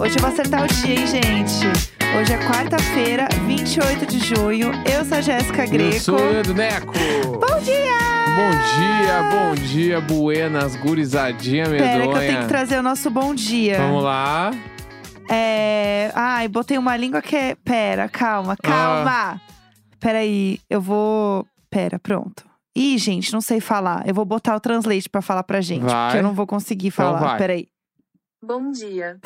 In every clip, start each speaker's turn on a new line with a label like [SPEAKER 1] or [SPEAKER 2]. [SPEAKER 1] Hoje eu vou acertar o dia, hein, gente? Hoje é quarta-feira, 28 de junho. Eu sou a Jéssica Greco.
[SPEAKER 2] Eu sou o Leandro Neco.
[SPEAKER 1] Bom dia!
[SPEAKER 2] Bom dia, bom dia, buenas, gurizadinha
[SPEAKER 1] Pera
[SPEAKER 2] medonha.
[SPEAKER 1] que eu tenho que trazer o nosso bom dia.
[SPEAKER 2] Vamos lá.
[SPEAKER 1] É... Ai, botei uma língua que é... Pera, calma,
[SPEAKER 2] Ah.
[SPEAKER 1] calma. Peraí, eu vou... Pera, pronto. Ih, gente, não sei falar. Eu vou botar o translate pra falar pra gente.
[SPEAKER 2] Vai. Então
[SPEAKER 1] Porque eu não vou conseguir falar.
[SPEAKER 2] vai.
[SPEAKER 1] Peraí.
[SPEAKER 3] Bom dia.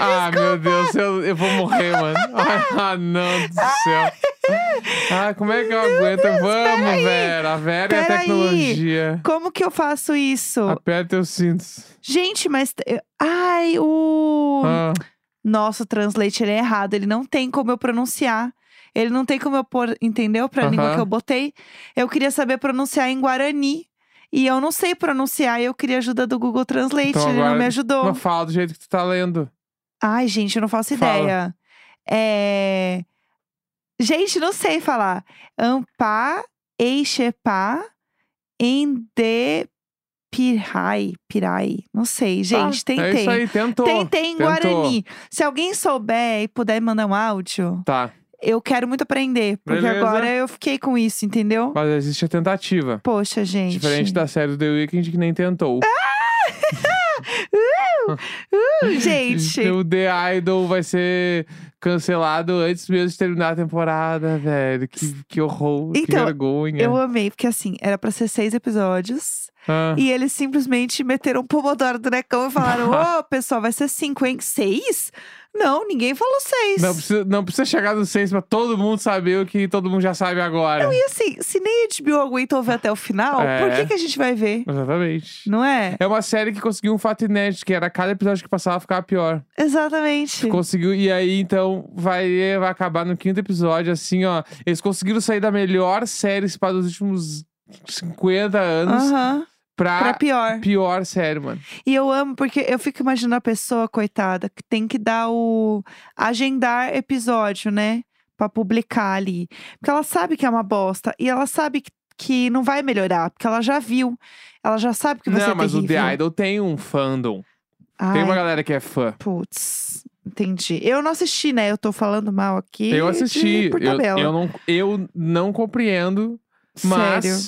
[SPEAKER 2] Ah, meu Deus, eu, eu vou morrer, mano. Ai, ah, não do céu. Ah, como é que eu aguento? Vamos,
[SPEAKER 1] peraí.
[SPEAKER 2] Vera. A Vera e a
[SPEAKER 1] Peraí.
[SPEAKER 2] tecnologia.
[SPEAKER 1] Como que eu faço isso?
[SPEAKER 2] Aperta os cintos.
[SPEAKER 1] Gente, mas... eu- Ai, o...
[SPEAKER 2] Ah,
[SPEAKER 1] Nosso translate ele é errado, ele não tem como eu pronunciar. Ele não tem como eu pôr, entendeu? Pra língua
[SPEAKER 2] Aham.
[SPEAKER 1] que eu botei. Eu queria saber pronunciar em Guarani. E eu não sei pronunciar, e eu queria ajuda do Google Translate,
[SPEAKER 2] Então
[SPEAKER 1] ele não
[SPEAKER 2] agora-
[SPEAKER 1] me ajudou.
[SPEAKER 2] não fala do jeito que tu tá lendo.
[SPEAKER 1] Ai, gente, eu não faço
[SPEAKER 2] Fala.
[SPEAKER 1] ideia. É... Gente, não sei falar. Ampá, Eixepá, Ende, Pirai, Pirai. Não sei, gente,
[SPEAKER 2] Ah, É
[SPEAKER 1] tentei.
[SPEAKER 2] isso aí, tentou.
[SPEAKER 1] Tentei em
[SPEAKER 2] Tentou.
[SPEAKER 1] Guarani. Se alguém souber e puder mandar um áudio,
[SPEAKER 2] Tá,
[SPEAKER 1] eu quero muito aprender. Porque
[SPEAKER 2] Beleza.
[SPEAKER 1] agora eu fiquei com isso, entendeu?
[SPEAKER 2] mas existe a tentativa.
[SPEAKER 1] Poxa, gente.
[SPEAKER 2] Diferente da série do The Weeknd que nem tentou.
[SPEAKER 1] Uh, gente,
[SPEAKER 2] O Então, The Idol vai ser cancelado antes mesmo de terminar a temporada, velho. Que, que horror, que
[SPEAKER 1] Então,
[SPEAKER 2] vergonha.
[SPEAKER 1] eu amei, porque assim, era pra ser seis episódios.
[SPEAKER 2] Ah,
[SPEAKER 1] E eles simplesmente meteram um pomodoro do Necão e falaram: Ô, pessoal, vai ser cinco, hein? Seis? Não, ninguém falou seis.
[SPEAKER 2] não, precisa, não precisa chegar no 6 pra todo mundo saber o que todo mundo já sabe agora.
[SPEAKER 1] E assim, se nem a HBO aguentou ver até o final, por
[SPEAKER 2] É.
[SPEAKER 1] que, que a gente vai ver?
[SPEAKER 2] Exatamente.
[SPEAKER 1] Não é?
[SPEAKER 2] É uma série que conseguiu um fato inédito, que era cada episódio que passava ficava pior.
[SPEAKER 1] Exatamente.
[SPEAKER 2] Conseguiu, e aí então vai, vai acabar no quinto episódio, assim, ó. Eles conseguiram sair da melhor série para dos últimos 50 anos
[SPEAKER 1] Aham, Ah, pra
[SPEAKER 2] pra,
[SPEAKER 1] pior.
[SPEAKER 2] pior série, mano.
[SPEAKER 1] E eu amo, porque eu fico imaginando a pessoa, coitada, que tem que dar o. agendar episódio, né? Pra publicar ali. Porque ela sabe que é uma bosta. E ela sabe que, que não vai melhorar, porque ela já viu. Ela já sabe que vai
[SPEAKER 2] Não,
[SPEAKER 1] ser
[SPEAKER 2] mas o
[SPEAKER 1] é terrível.
[SPEAKER 2] The Idol tem um fandom.
[SPEAKER 1] Ai,
[SPEAKER 2] Tem uma galera que é fã.
[SPEAKER 1] Putz, entendi. Eu não assisti, né? Eu tô falando mal aqui.
[SPEAKER 2] eu assisti.
[SPEAKER 1] de- por
[SPEAKER 2] Eu,
[SPEAKER 1] tabela.
[SPEAKER 2] eu não, eu não compreendo, mas.
[SPEAKER 1] Sério,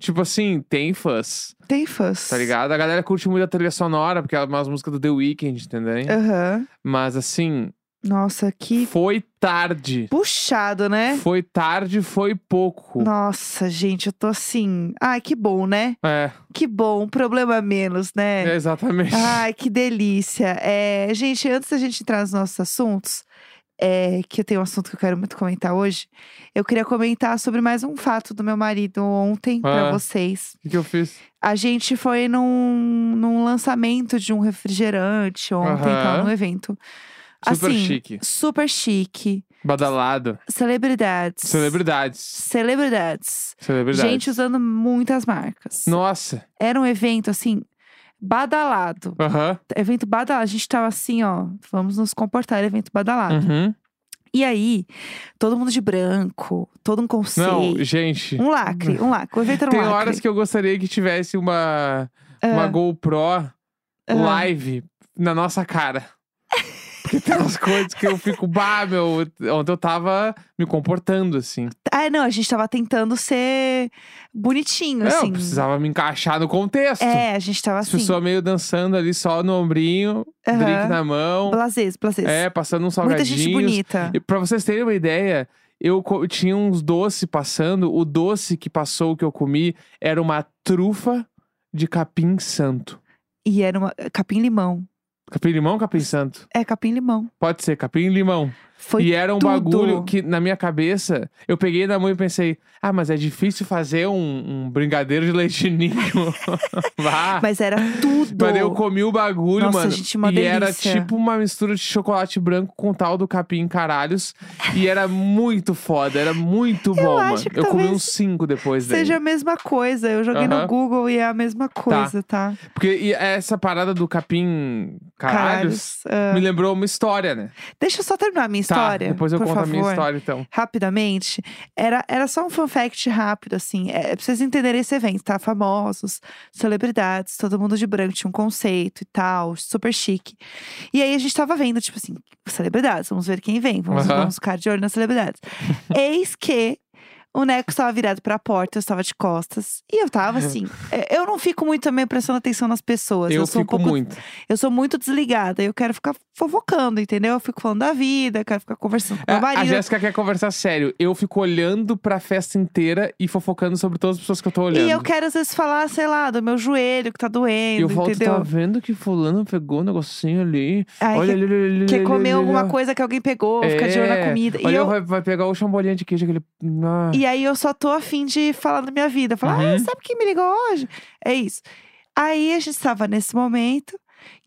[SPEAKER 2] Tipo assim, tem fãs,
[SPEAKER 1] tem fãs.
[SPEAKER 2] tá ligado? A galera curte muito a trilha sonora, porque é umas músicas do The Weeknd, entendeu?
[SPEAKER 1] Aham.
[SPEAKER 2] Mas assim,
[SPEAKER 1] Nossa, que
[SPEAKER 2] foi tarde.
[SPEAKER 1] puxado, né?
[SPEAKER 2] Foi tarde, foi pouco.
[SPEAKER 1] Nossa, gente, eu tô assim. Ai, que bom, né?
[SPEAKER 2] É,
[SPEAKER 1] Que bom, um problema menos, né?
[SPEAKER 2] é exatamente.
[SPEAKER 1] Ai, que delícia. É, gente, antes da gente entrar nos nossos assuntos, é, que eu tenho um assunto que eu quero muito comentar hoje, eu queria comentar sobre mais um fato do meu marido ontem pra
[SPEAKER 2] Ah.
[SPEAKER 1] vocês.
[SPEAKER 2] O que, que eu fiz?
[SPEAKER 1] A gente foi num, num lançamento de um refrigerante ontem,
[SPEAKER 2] Aham.
[SPEAKER 1] tal, num evento.
[SPEAKER 2] Super
[SPEAKER 1] assim,
[SPEAKER 2] chique.
[SPEAKER 1] Super chique.
[SPEAKER 2] Badalado.
[SPEAKER 1] Celebridades.
[SPEAKER 2] Celebridades.
[SPEAKER 1] Celebridades.
[SPEAKER 2] Celebridades.
[SPEAKER 1] Gente usando muitas marcas.
[SPEAKER 2] Nossa.
[SPEAKER 1] Era um evento, assim, badalado.
[SPEAKER 2] Aham.
[SPEAKER 1] Evento badalado. A gente tava assim, ó, vamos nos comportar, evento badalado.
[SPEAKER 2] Uhum.
[SPEAKER 1] E aí, todo mundo de branco, todo um conceito.
[SPEAKER 2] Não, gente.
[SPEAKER 1] Um lacre, um lacre. O evento era um
[SPEAKER 2] Tem
[SPEAKER 1] lacre.
[SPEAKER 2] horas que eu gostaria que tivesse uma, uma GoPro
[SPEAKER 1] Ah.
[SPEAKER 2] live na nossa cara. Porque tem umas coisas que eu fico, bah, meu. Ontem eu tava me comportando assim.
[SPEAKER 1] Ah, não, a gente tava tentando ser bonitinho,
[SPEAKER 2] Não,
[SPEAKER 1] assim.
[SPEAKER 2] eu precisava me encaixar no contexto.
[SPEAKER 1] É, a gente tava
[SPEAKER 2] As
[SPEAKER 1] assim.
[SPEAKER 2] pessoas meio dançando ali só no ombrinho,
[SPEAKER 1] Aham.
[SPEAKER 2] drink na mão.
[SPEAKER 1] Blazes, blazes.
[SPEAKER 2] É, passando uns
[SPEAKER 1] Muita
[SPEAKER 2] salgadinhos.
[SPEAKER 1] gente bonita.
[SPEAKER 2] E pra vocês terem uma ideia, eu co- tinha uns doces passando. O doce que passou, que eu comi, era uma trufa de capim santo.
[SPEAKER 1] E era uma. Capim-limão.
[SPEAKER 2] Capim-limão ou capim-santo?
[SPEAKER 1] É, capim-limão.
[SPEAKER 2] Pode ser, capim-limão.
[SPEAKER 1] Foi
[SPEAKER 2] E era um
[SPEAKER 1] tudo.
[SPEAKER 2] bagulho que, na minha cabeça, eu peguei na mão e pensei... Ah, mas é difícil fazer um, um brigadeiro de leite ninho. Vá.
[SPEAKER 1] Mas era tudo.
[SPEAKER 2] Mano, eu comi o bagulho,
[SPEAKER 1] Nossa,
[SPEAKER 2] mano.
[SPEAKER 1] gente, uma
[SPEAKER 2] e era
[SPEAKER 1] delícia.
[SPEAKER 2] tipo uma mistura de chocolate branco com tal do capim caralhos. E era muito foda, era muito bom,
[SPEAKER 1] acho
[SPEAKER 2] mano.
[SPEAKER 1] que
[SPEAKER 2] eu comi
[SPEAKER 1] talvez
[SPEAKER 2] uns cinco depois daí.
[SPEAKER 1] Seja a mesma coisa. Eu joguei
[SPEAKER 2] Aham.
[SPEAKER 1] no Google e é a mesma coisa, tá?
[SPEAKER 2] Porque e essa parada do capim caralhos,
[SPEAKER 1] Caralhos. Ah,
[SPEAKER 2] me lembrou uma história, né?
[SPEAKER 1] Deixa eu só terminar a minha história?
[SPEAKER 2] Tá, depois eu
[SPEAKER 1] por
[SPEAKER 2] conto
[SPEAKER 1] favor.
[SPEAKER 2] a minha história, então.
[SPEAKER 1] Rapidamente, era, era só um fun fact rápido, assim. É, pra vocês entenderem esse evento, tá? Famosos, celebridades, todo mundo de branco, tinha um conceito e tal, super chique. E aí a gente tava vendo, tipo assim, celebridades, vamos ver quem vem, vamos,
[SPEAKER 2] Aham.
[SPEAKER 1] vamos ficar de olho nas celebridades. Eis que o Neco estava virado pra porta, eu estava de costas. E eu tava assim. é, Eu não fico muito também prestando atenção nas pessoas. Eu,
[SPEAKER 2] eu
[SPEAKER 1] sou um
[SPEAKER 2] fico
[SPEAKER 1] pouco
[SPEAKER 2] muito.
[SPEAKER 1] eu sou muito desligada, eu quero ficar fofocando, entendeu? Eu fico falando da vida, eu quero ficar conversando com
[SPEAKER 2] É,
[SPEAKER 1] meu
[SPEAKER 2] a
[SPEAKER 1] marido.
[SPEAKER 2] Jéssica quer conversar sério. Eu fico olhando pra festa inteira e fofocando sobre todas as pessoas que eu tô olhando.
[SPEAKER 1] E eu quero, às vezes, falar, sei lá, do meu joelho que tá
[SPEAKER 2] E
[SPEAKER 1] doendo,
[SPEAKER 2] eu falo, tu tá
[SPEAKER 1] entendeu?
[SPEAKER 2] vendo que fulano pegou um negocinho ali?
[SPEAKER 1] Ai,
[SPEAKER 2] olha
[SPEAKER 1] que,
[SPEAKER 2] ali, olha ali,
[SPEAKER 1] que
[SPEAKER 2] olha ali,
[SPEAKER 1] comeu
[SPEAKER 2] olha ali,
[SPEAKER 1] alguma
[SPEAKER 2] ó.
[SPEAKER 1] coisa que alguém pegou, fica de olho na
[SPEAKER 2] É,
[SPEAKER 1] comida. E,
[SPEAKER 2] Olha,
[SPEAKER 1] eu,
[SPEAKER 2] vai, vai pegar o chambolinho de queijo, aquele... Ah.
[SPEAKER 1] e aí eu só tô afim de falar da minha vida. Falar,
[SPEAKER 2] Uhum.
[SPEAKER 1] ah, sabe quem me ligou hoje? É isso. Aí a gente tava nesse momento,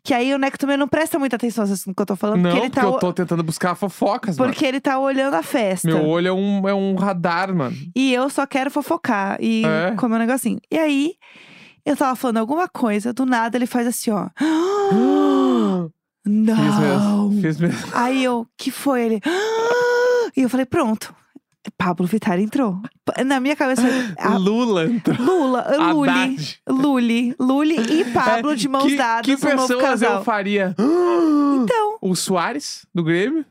[SPEAKER 1] que aí o Neco também não presta muita atenção às vezes, no que eu tô falando,
[SPEAKER 2] Não,
[SPEAKER 1] porque ele
[SPEAKER 2] porque
[SPEAKER 1] tá.
[SPEAKER 2] eu
[SPEAKER 1] o-
[SPEAKER 2] tô tentando buscar fofocas, mano.
[SPEAKER 1] Porque ele tá olhando a festa.
[SPEAKER 2] Meu olho é um, é um radar, mano.
[SPEAKER 1] E eu só quero fofocar e
[SPEAKER 2] É.
[SPEAKER 1] comer um negocinho. E aí, eu tava falando alguma coisa, do nada ele faz assim, ó.
[SPEAKER 2] Fiz
[SPEAKER 1] Não!
[SPEAKER 2] mesmo. Fiz mesmo.
[SPEAKER 1] Aí eu, que foi? Ele. "Ah!" E eu falei, pronto. Pablo Vittar entrou. Pa- Na minha cabeça, a
[SPEAKER 2] Lula então. entrou.
[SPEAKER 1] Lula, Luli,
[SPEAKER 2] Haddad.
[SPEAKER 1] Luli, Luli e Pablo de mãos
[SPEAKER 2] É, que,
[SPEAKER 1] dadas
[SPEAKER 2] Que
[SPEAKER 1] no novo
[SPEAKER 2] pessoas eu
[SPEAKER 1] casal.
[SPEAKER 2] faria?
[SPEAKER 1] Então,
[SPEAKER 2] O Soares, do Grêmio.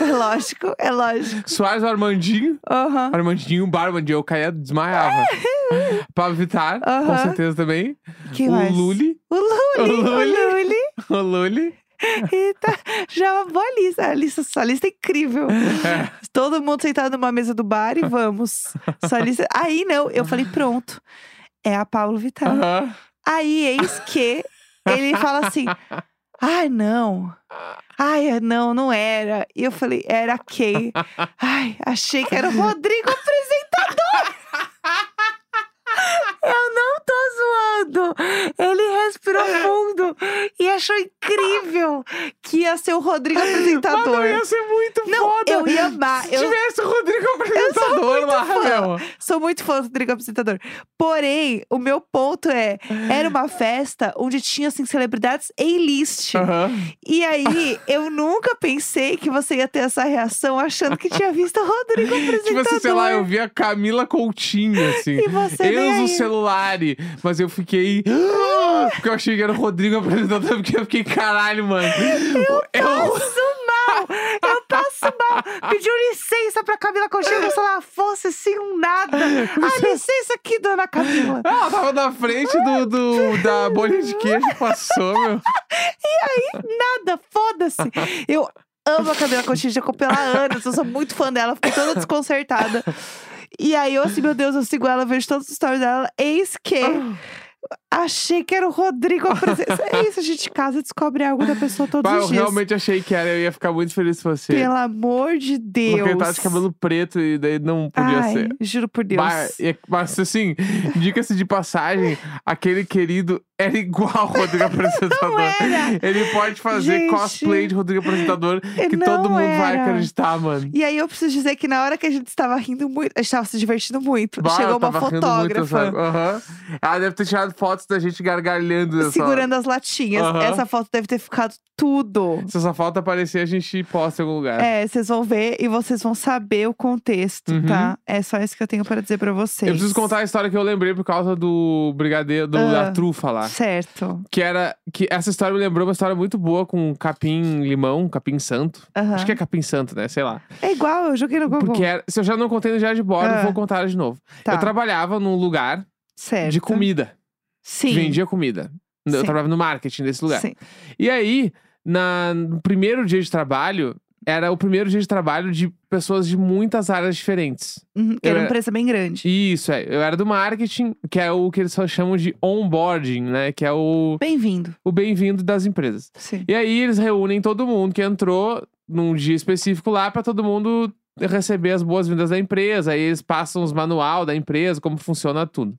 [SPEAKER 1] é lógico, é lógico.
[SPEAKER 2] Soares, o Armandinho.
[SPEAKER 1] Aham.
[SPEAKER 2] Armandinho, um Barband, eu caía, desmaiava. Pablo Vittar, com
[SPEAKER 1] Aham.
[SPEAKER 2] certeza também.
[SPEAKER 1] Quem
[SPEAKER 2] o
[SPEAKER 1] mais?
[SPEAKER 2] Lully.
[SPEAKER 1] O Luli,
[SPEAKER 2] O
[SPEAKER 1] o
[SPEAKER 2] Luli.
[SPEAKER 1] Luli.
[SPEAKER 2] O Lully.
[SPEAKER 1] Eita, já é uma boa lista. A lista, essa lista é incrível.
[SPEAKER 2] É.
[SPEAKER 1] Todo mundo sentado numa mesa do bar e vamos. Só lista. Aí não, eu falei, pronto. É a Paulo Vittar.
[SPEAKER 2] Aham.
[SPEAKER 1] Aí eis que ele fala assim: ai, não. Ai, é, não, não era. E eu falei, era quem? Ai, achei que era o Rodrigo apresentador. Eu não tô zoando. Ele respirou fundo e achou incrível que ia ser o Rodrigo apresentador.
[SPEAKER 2] Mano, ia ser muito
[SPEAKER 1] Tá Não,
[SPEAKER 2] foda.
[SPEAKER 1] eu ia amar.
[SPEAKER 2] Se
[SPEAKER 1] Eu
[SPEAKER 2] tivesse o Rodrigo apresentador lá,
[SPEAKER 1] fã.
[SPEAKER 2] meu.
[SPEAKER 1] sou muito fã do Rodrigo apresentador. Porém, o meu ponto é: era uma festa onde tinha, assim, celebridades em list.
[SPEAKER 2] Aham.
[SPEAKER 1] E aí, eu nunca pensei que você ia ter essa reação achando que tinha visto o Rodrigo
[SPEAKER 2] Tipo
[SPEAKER 1] apresentador.
[SPEAKER 2] assim, sei lá, eu vi a Camila Coutinho, assim.
[SPEAKER 1] tá E você nem
[SPEAKER 2] Eu
[SPEAKER 1] aí.
[SPEAKER 2] uso celular, mas eu fiquei. "Ah", Porque eu achei que era o Rodrigo apresentador, porque eu fiquei, caralho, mano. Eu,
[SPEAKER 1] Passo mal! Eu passo mal! Pediu licença pra Camila Coutinho como se ela fosse assim um nada. Ah, licença aqui, dona Camila.
[SPEAKER 2] Ela tava na frente do, do- da bolha de queijo, passou, meu.
[SPEAKER 1] Nada, foda-se. Eu amo a Camila Coutinho, já acompanho ela há anos. Eu sou muito fã dela, fiquei toda desconcertada. E aí, eu assim, meu Deus, eu sigo ela, vejo todos os stories dela. Eis que achei que era o Rodrigo apresentador. É isso, a gente casa e descobre algo da pessoa todos
[SPEAKER 2] Bah, eu
[SPEAKER 1] os dias.
[SPEAKER 2] realmente achei que era, eu ia ficar muito feliz se fosse. ele.
[SPEAKER 1] Pelo amor de Deus.
[SPEAKER 2] Porque ele tava de cabelo preto e daí não podia
[SPEAKER 1] Ai,
[SPEAKER 2] ser.
[SPEAKER 1] Juro por Deus.
[SPEAKER 2] Bah, e- Mas assim, diga-se de passagem, aquele querido era igual ao Rodrigo Apresentador.
[SPEAKER 1] era.
[SPEAKER 2] Ele pode fazer
[SPEAKER 1] Gente.
[SPEAKER 2] cosplay de Rodrigo Apresentador que todo
[SPEAKER 1] não
[SPEAKER 2] mundo vai
[SPEAKER 1] era.
[SPEAKER 2] acreditar, mano.
[SPEAKER 1] E aí eu preciso dizer que na hora que a gente estava rindo muito, a gente estava se divertindo muito.
[SPEAKER 2] Bah,
[SPEAKER 1] Chegou
[SPEAKER 2] eu
[SPEAKER 1] uma
[SPEAKER 2] tava rindo muito nessa-
[SPEAKER 1] fotógrafa
[SPEAKER 2] Aham. Ela deve ter tirado fotos da gente gargalhando. nessa-
[SPEAKER 1] segurando as latinhas.
[SPEAKER 2] Aham.
[SPEAKER 1] Essa foto deve ter ficado tudo.
[SPEAKER 2] Se essa foto aparecer, a gente posta em algum lugar.
[SPEAKER 1] É, vocês vão ver e vocês vão saber o contexto,
[SPEAKER 2] Uhum.
[SPEAKER 1] tá? É só isso que eu tenho pra dizer pra vocês.
[SPEAKER 2] Eu preciso contar a história que eu lembrei por causa do brigadeiro, do-
[SPEAKER 1] Ah.
[SPEAKER 2] da trufa lá.
[SPEAKER 1] Certo.
[SPEAKER 2] Que era. Que essa história me lembrou uma história muito boa com capim limão, capim santo.
[SPEAKER 1] Aham.
[SPEAKER 2] Acho que é capim santo, né? Sei lá.
[SPEAKER 1] É igual, eu joguei no Google.
[SPEAKER 2] Porque era- se eu já não contei no diário de bordo,
[SPEAKER 1] Ah.
[SPEAKER 2] vou contar ela de novo.
[SPEAKER 1] tá.
[SPEAKER 2] Eu trabalhava num lugar
[SPEAKER 1] certo.
[SPEAKER 2] de comida.
[SPEAKER 1] Sim.
[SPEAKER 2] Vendia comida. Eu
[SPEAKER 1] Sim.
[SPEAKER 2] trabalhava no marketing desse lugar.
[SPEAKER 1] Sim.
[SPEAKER 2] E aí, na- no primeiro dia de trabalho, era o primeiro dia de trabalho de pessoas de muitas áreas diferentes.
[SPEAKER 1] Uhum, Era
[SPEAKER 2] Eu- é-
[SPEAKER 1] uma empresa bem grande.
[SPEAKER 2] Isso, é. Eu era do marketing, que é o que eles só chamam de onboarding, né? Que é o,
[SPEAKER 1] Bem-vindo.
[SPEAKER 2] o bem-vindo das empresas.
[SPEAKER 1] Sim.
[SPEAKER 2] E aí, eles reúnem todo mundo que entrou num dia específico lá pra todo mundo receber as boas-vindas da empresa. Aí eles passam os manual da empresa, como funciona tudo.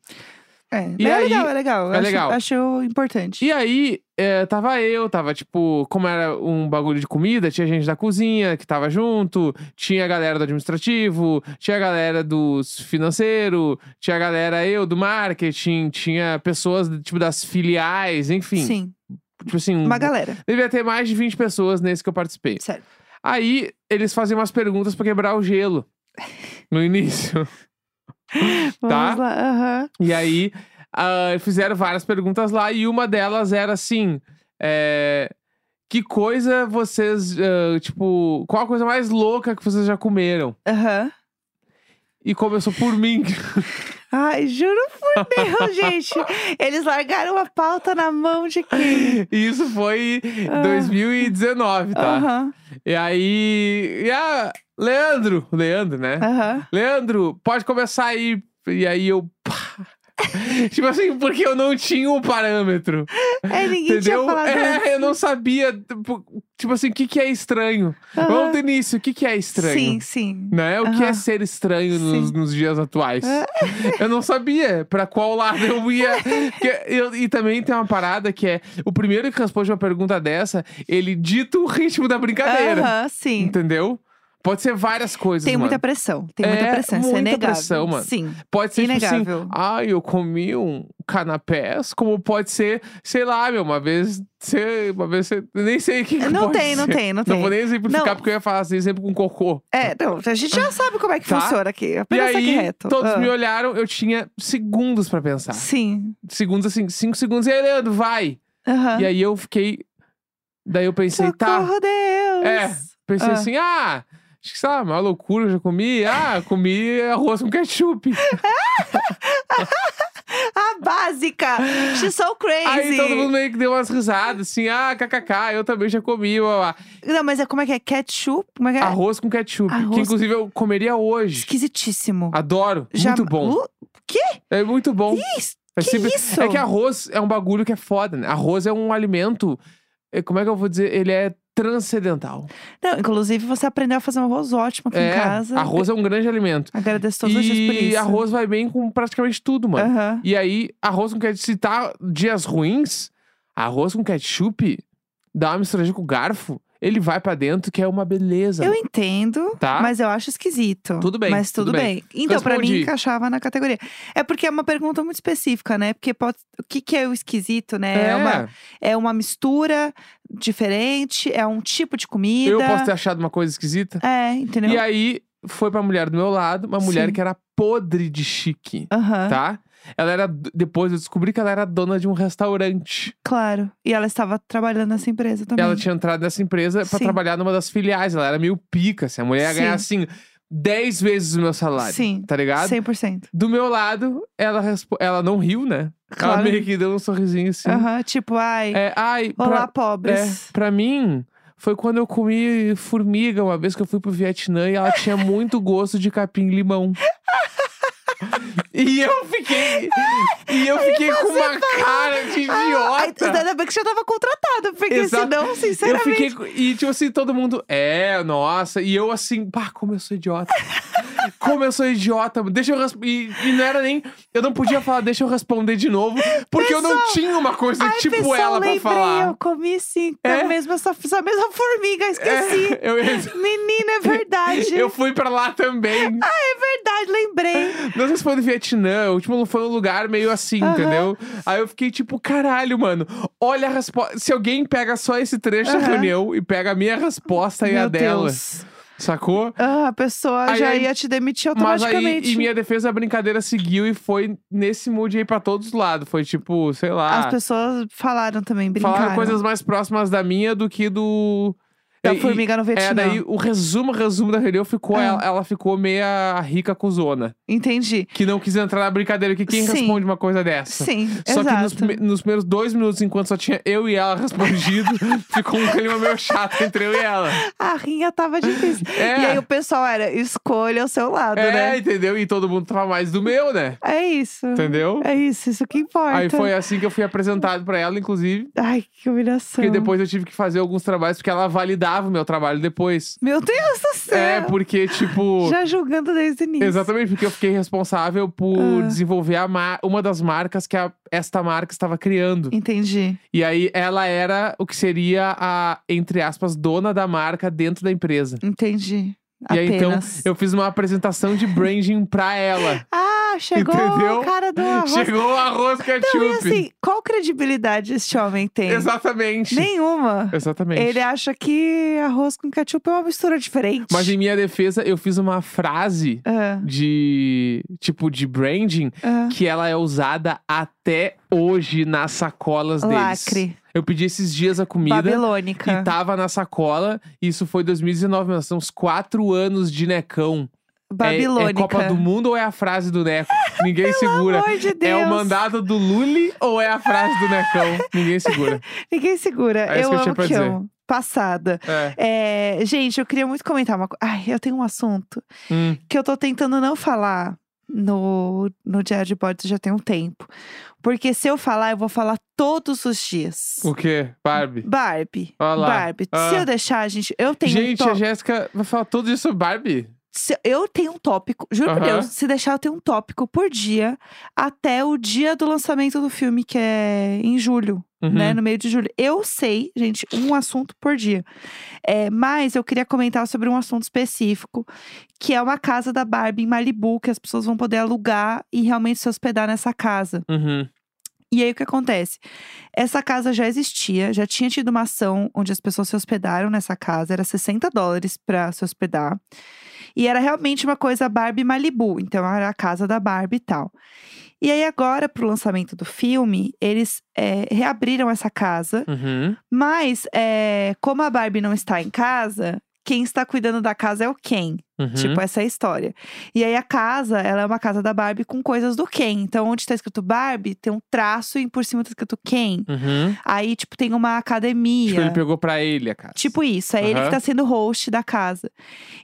[SPEAKER 1] É,
[SPEAKER 2] E
[SPEAKER 1] é
[SPEAKER 2] aí-
[SPEAKER 1] legal, é legal.
[SPEAKER 2] é
[SPEAKER 1] acho,
[SPEAKER 2] legal.
[SPEAKER 1] Acho importante.
[SPEAKER 2] E aí, é, tava eu, tava tipo, como era um bagulho de comida, tinha gente da cozinha que tava junto, tinha a galera do administrativo, tinha a galera dos financeiro, tinha a galera eu do marketing, tinha pessoas tipo das filiais, enfim.
[SPEAKER 1] Sim.
[SPEAKER 2] Tipo assim, um-
[SPEAKER 1] Uma galera.
[SPEAKER 2] devia ter mais de 20 pessoas nesse que eu participei.
[SPEAKER 1] Sério.
[SPEAKER 2] Aí eles fazem umas perguntas pra quebrar o gelo no início. Tá.
[SPEAKER 1] Vamos lá. aham.
[SPEAKER 2] E aí ah, fizeram várias perguntas lá e uma delas era assim: é, que coisa vocês, ah, tipo, qual a coisa mais louca que vocês já comeram?
[SPEAKER 1] Aham.
[SPEAKER 2] E começou por mim.
[SPEAKER 1] Ai, juro por Deus, gente. Eles largaram a pauta na mão de quem?
[SPEAKER 2] E isso foi em
[SPEAKER 1] Ah.
[SPEAKER 2] 2019, tá?
[SPEAKER 1] Aham.
[SPEAKER 2] E aí. E a Leandro! Leandro, né?
[SPEAKER 1] Aham.
[SPEAKER 2] Leandro, pode começar aí. E aí eu. pá. tipo assim, porque eu não tinha um parâmetro.
[SPEAKER 1] É, ninguém tinha
[SPEAKER 2] entendeu?
[SPEAKER 1] falado.
[SPEAKER 2] É,
[SPEAKER 1] antes.
[SPEAKER 2] eu não sabia. tipo, Tipo assim, o que, que é estranho?
[SPEAKER 1] Aham.
[SPEAKER 2] Vamos do início, o que, que é estranho?
[SPEAKER 1] Sim, sim.
[SPEAKER 2] Né? O que é
[SPEAKER 1] Aham.
[SPEAKER 2] ser estranho nos, nos dias atuais?
[SPEAKER 1] Ah.
[SPEAKER 2] eu não sabia pra qual lado eu ia. Porque eu- e também tem uma parada que é: o primeiro que responde uma pergunta dessa, ele dita o ritmo da brincadeira.
[SPEAKER 1] Aham, sim.
[SPEAKER 2] Entendeu? Pode ser várias coisas.
[SPEAKER 1] Tem
[SPEAKER 2] Então, mano.
[SPEAKER 1] muita pressão. Tem muita
[SPEAKER 2] É,
[SPEAKER 1] pressão. Isso é
[SPEAKER 2] muita
[SPEAKER 1] negável.
[SPEAKER 2] pressão, mano.
[SPEAKER 1] Sim.
[SPEAKER 2] Pode ser tipo
[SPEAKER 1] Inegável.
[SPEAKER 2] assim, ah, eu comi um canapés, como pode ser, sei lá, meu, uma vez, sei, uma vez, sei- nem sei o que, que
[SPEAKER 1] Não
[SPEAKER 2] pode
[SPEAKER 1] tem, não
[SPEAKER 2] ser.
[SPEAKER 1] tem, não
[SPEAKER 2] Não
[SPEAKER 1] tem.
[SPEAKER 2] vou nem exemplificar
[SPEAKER 1] Não.
[SPEAKER 2] porque eu ia falar assim, sempre com cocô.
[SPEAKER 1] É, não, a gente já sabe como é que
[SPEAKER 2] Tá.
[SPEAKER 1] funciona aqui.
[SPEAKER 2] E
[SPEAKER 1] Apenas segue
[SPEAKER 2] aí,
[SPEAKER 1] reto.
[SPEAKER 2] todos
[SPEAKER 1] Ah.
[SPEAKER 2] me Tá. olharam, eu tinha segundos pra pensar.
[SPEAKER 1] Sim.
[SPEAKER 2] Segundos assim, cinco segundos, e aí, Leandro, vai!
[SPEAKER 1] Aham.
[SPEAKER 2] E aí eu fiquei, daí eu pensei, tá,
[SPEAKER 1] Ah. Socorro, Deus!
[SPEAKER 2] É. pensei
[SPEAKER 1] Ah.
[SPEAKER 2] assim, ah, acho que, sei lá, uma loucura, eu já comi, ah, comi arroz com ketchup.
[SPEAKER 1] A básica! She's so crazy!
[SPEAKER 2] Aí todo mundo meio que deu umas risadas, assim, ah, kkk, eu também já comi, blá, blá.
[SPEAKER 1] Não, mas é como é que é? Ketchup? Como é que é?
[SPEAKER 2] arroz com ketchup,
[SPEAKER 1] Arroz-
[SPEAKER 2] que inclusive eu comeria hoje.
[SPEAKER 1] Esquisitíssimo.
[SPEAKER 2] Adoro, Ah, muito bom.
[SPEAKER 1] O quê?
[SPEAKER 2] É muito bom.
[SPEAKER 1] Isso.
[SPEAKER 2] é,
[SPEAKER 1] que
[SPEAKER 2] sempre-
[SPEAKER 1] isso?
[SPEAKER 2] é que arroz é um bagulho que é foda, né? Arroz é um alimento, é, como é que eu vou dizer, ele é transcendental.
[SPEAKER 1] Não, inclusive, você aprendeu a fazer um arroz ótimo aqui
[SPEAKER 2] é,
[SPEAKER 1] em casa.
[SPEAKER 2] arroz é um grande alimento.
[SPEAKER 1] Agradeço todos os dias por
[SPEAKER 2] e
[SPEAKER 1] isso.
[SPEAKER 2] arroz vai bem com praticamente tudo, mano.
[SPEAKER 1] Aham.
[SPEAKER 2] E aí, arroz com ketchup, se tá dias ruins, arroz com ketchup, dá uma misturadinha com o garfo, ele vai pra dentro, que é uma beleza.
[SPEAKER 1] Eu entendo,
[SPEAKER 2] Tá?
[SPEAKER 1] mas eu acho esquisito.
[SPEAKER 2] Tudo bem,
[SPEAKER 1] Mas tudo,
[SPEAKER 2] tudo
[SPEAKER 1] bem. Então, pra mim,
[SPEAKER 2] Respondi.
[SPEAKER 1] encaixava na categoria. É porque é uma pergunta muito específica, né? Porque pode... o que, que é o esquisito, né? uma, é uma mistura diferente, é um tipo de comida.
[SPEAKER 2] Eu posso ter achado uma coisa esquisita.
[SPEAKER 1] É, entendeu?
[SPEAKER 2] E aí, foi pra mulher do meu lado, uma mulher
[SPEAKER 1] Sim.
[SPEAKER 2] que era podre de chique,
[SPEAKER 1] Aham,
[SPEAKER 2] tá? Ela era. Depois eu descobri que ela era dona de um restaurante.
[SPEAKER 1] claro. E ela estava trabalhando nessa empresa também.
[SPEAKER 2] Ela tinha entrado nessa empresa pra
[SPEAKER 1] Sim.
[SPEAKER 2] trabalhar numa das filiais. Ela era meio pica, assim. A mulher ia ganhar, assim, 10 vezes o meu salário.
[SPEAKER 1] Sim.
[SPEAKER 2] Tá ligado?
[SPEAKER 1] 100%.
[SPEAKER 2] Do meu lado, ela, respo- ela não riu, né? Ela
[SPEAKER 1] Claro.
[SPEAKER 2] meio que deu um sorrisinho assim.
[SPEAKER 1] Aham, tipo, ai,
[SPEAKER 2] É, ai, pra-
[SPEAKER 1] olá,
[SPEAKER 2] É,
[SPEAKER 1] pobres.
[SPEAKER 2] pra mim, foi quando eu comi formiga uma vez que eu fui pro Vietnã e ela tinha muito gosto de capim-limão. e eu fiquei. E eu fiquei com uma cara de
[SPEAKER 1] tá Ai,
[SPEAKER 2] é. idiota.
[SPEAKER 1] ainda bem que você tá já tava contratada, porque
[SPEAKER 2] Exato.
[SPEAKER 1] senão,
[SPEAKER 2] Eu
[SPEAKER 1] sinceramente.
[SPEAKER 2] fiquei. com- E tipo assim, todo mundo. É, nossa. E eu assim, pá, como eu sou idiota. Como eu sou idiota. Deixa eu. res- E, e não era nem. Eu não podia falar, deixa eu responder de novo. Porque eu não
[SPEAKER 1] Pessoal,
[SPEAKER 2] tinha uma coisa
[SPEAKER 1] Ai,
[SPEAKER 2] tipo
[SPEAKER 1] pessoal,
[SPEAKER 2] ela pra
[SPEAKER 1] lembrei,
[SPEAKER 2] falar.
[SPEAKER 1] eu comi sim,
[SPEAKER 2] É.
[SPEAKER 1] a mesma, essa, essa mesma formiga, esqueci.
[SPEAKER 2] É, eu ia-
[SPEAKER 1] Menina, é verdade.
[SPEAKER 2] Eu fui pra lá também.
[SPEAKER 1] Verdade, lembrei.
[SPEAKER 2] Não sei se foi no Vietnã, o tipo, foi um lugar meio assim,
[SPEAKER 1] Aham.
[SPEAKER 2] entendeu? Aí eu fiquei tipo, caralho, mano, olha a resposta. Se alguém pega só esse trecho da
[SPEAKER 1] Aham.
[SPEAKER 2] reunião e pega a minha resposta e
[SPEAKER 1] Meu
[SPEAKER 2] a dela,
[SPEAKER 1] Deus.
[SPEAKER 2] sacou?
[SPEAKER 1] Ah, a pessoa
[SPEAKER 2] Aí-
[SPEAKER 1] já
[SPEAKER 2] aí-
[SPEAKER 1] ia te demitir
[SPEAKER 2] Mas
[SPEAKER 1] automaticamente.
[SPEAKER 2] aí, em minha defesa, a brincadeira seguiu e foi nesse mood aí pra todos os lados. Foi tipo, sei lá.
[SPEAKER 1] As pessoas falaram também, brincaram.
[SPEAKER 2] falaram coisas mais próximas da minha do que do.
[SPEAKER 1] da
[SPEAKER 2] E- e-
[SPEAKER 1] formiga no Vietnã.
[SPEAKER 2] É, daí o resumo, resumo da reunião ficou.
[SPEAKER 1] Ah.
[SPEAKER 2] Ela, ela ficou meia rica cuzona.
[SPEAKER 1] Entendi.
[SPEAKER 2] que não quis entrar na brincadeira. Que quem
[SPEAKER 1] Sim.
[SPEAKER 2] responde uma coisa dessa?
[SPEAKER 1] Sim,
[SPEAKER 2] Só
[SPEAKER 1] exato.
[SPEAKER 2] que nos, prime- nos primeiros dois minutos, enquanto só tinha eu e ela respondido, ficou um clima meio chato entre eu e ela.
[SPEAKER 1] A rinha tava difícil.
[SPEAKER 2] É.
[SPEAKER 1] E aí o pessoal era, escolha o seu lado,
[SPEAKER 2] é,
[SPEAKER 1] né?
[SPEAKER 2] entendeu? E todo mundo tava mais do meu, né?
[SPEAKER 1] É isso.
[SPEAKER 2] Entendeu?
[SPEAKER 1] É isso, isso que importa.
[SPEAKER 2] Aí foi assim que eu fui apresentado pra ela, inclusive.
[SPEAKER 1] Ai, que humilhação.
[SPEAKER 2] Porque depois eu tive que fazer alguns trabalhos, porque ela validava o meu trabalho depois.
[SPEAKER 1] Meu Deus do céu!
[SPEAKER 2] É, porque, tipo.
[SPEAKER 1] Já julgando desde o início.
[SPEAKER 2] Exatamente, porque eu fiquei responsável por
[SPEAKER 1] Ah.
[SPEAKER 2] desenvolver a mar- uma das marcas que a- esta marca estava criando.
[SPEAKER 1] Entendi.
[SPEAKER 2] E aí ela era o que seria a, entre aspas, dona da marca dentro da empresa.
[SPEAKER 1] Entendi.
[SPEAKER 2] E aí, então,
[SPEAKER 1] apenas.
[SPEAKER 2] eu fiz uma apresentação de branding pra ela.
[SPEAKER 1] Ah, chegou
[SPEAKER 2] Entendeu?
[SPEAKER 1] o cara do arroz.
[SPEAKER 2] Chegou o arroz
[SPEAKER 1] Não, e
[SPEAKER 2] ketchup.
[SPEAKER 1] assim, qual credibilidade este homem tem?
[SPEAKER 2] Exatamente.
[SPEAKER 1] Nenhuma.
[SPEAKER 2] Exatamente.
[SPEAKER 1] Ele é acha que arroz com ketchup é uma mistura diferente.
[SPEAKER 2] Mas em minha defesa, eu fiz uma frase
[SPEAKER 1] Ah,
[SPEAKER 2] de tipo de branding
[SPEAKER 1] ah.
[SPEAKER 2] que ela é usada até hoje nas sacolas deles.
[SPEAKER 1] Lacre.
[SPEAKER 2] Eu pedi esses dias a comida
[SPEAKER 1] Babilônica.
[SPEAKER 2] e tá, tava na sacola. e isso foi 2019, nós temos quatro anos de necão. É- É,
[SPEAKER 1] Babilônica.
[SPEAKER 2] Copa do Mundo ou é a frase do Neco? Ninguém segura.
[SPEAKER 1] Pelo amor de
[SPEAKER 2] É
[SPEAKER 1] Deus.
[SPEAKER 2] o mandado do Lully ou é a frase do Necão? Ninguém segura.
[SPEAKER 1] Ninguém segura.
[SPEAKER 2] É
[SPEAKER 1] eu
[SPEAKER 2] isso que eu tinha
[SPEAKER 1] amo
[SPEAKER 2] pra
[SPEAKER 1] que
[SPEAKER 2] dizer.
[SPEAKER 1] amo. Passada.
[SPEAKER 2] É.
[SPEAKER 1] É, gente, eu queria muito comentar uma coisa. Ai, eu tenho um assunto
[SPEAKER 2] Hum,
[SPEAKER 1] que eu tô tentando não falar no, no Diário de Bordo já tem um tempo. Porque se eu falar, eu vou falar todos os dias.
[SPEAKER 2] o quê? Barbie.
[SPEAKER 1] Barbie.
[SPEAKER 2] Olha lá.
[SPEAKER 1] Barbie.
[SPEAKER 2] Ah.
[SPEAKER 1] Se eu deixar, gente, eu tenho
[SPEAKER 2] Gente,
[SPEAKER 1] um
[SPEAKER 2] a
[SPEAKER 1] tópico.
[SPEAKER 2] Jéssica vai falar tudo isso sobre Barbie?
[SPEAKER 1] se- Eu tenho um tópico, juro por
[SPEAKER 2] Aham.
[SPEAKER 1] Deus, se deixar, eu tenho um tópico por dia até o dia do lançamento do filme, que é em julho,
[SPEAKER 2] Uhum.
[SPEAKER 1] né? No meio de julho. Eu sei, gente, um assunto por dia. É, mas eu queria comentar sobre um assunto específico, que é uma casa da Barbie em Malibu, que as pessoas vão poder alugar e realmente se hospedar nessa casa.
[SPEAKER 2] Uhum.
[SPEAKER 1] E aí o que acontece? Essa casa já existia, já tinha tido uma ação onde as pessoas se hospedaram nessa casa, era 60 dólares para se hospedar. E era realmente uma coisa Barbie Malibu, então era a casa da Barbie e tal. E aí agora pro lançamento do filme, eles eh, reabriram essa casa,
[SPEAKER 2] Uhum.
[SPEAKER 1] mas eh, como a Barbie não está em casa, quem está cuidando da casa é o Ken.
[SPEAKER 2] Uhum.
[SPEAKER 1] Tipo, essa é a história. E aí a casa, ela é uma casa da Barbie com coisas do Ken. Então, onde tá escrito Barbie, tem um traço e por cima tá escrito Ken.
[SPEAKER 2] Uhum.
[SPEAKER 1] Aí, tipo, tem uma
[SPEAKER 2] Tipo, ele
[SPEAKER 1] academia.
[SPEAKER 2] pegou pra ele a casa.
[SPEAKER 1] Tipo isso, é ele
[SPEAKER 2] Aham.
[SPEAKER 1] que tá sendo host da casa.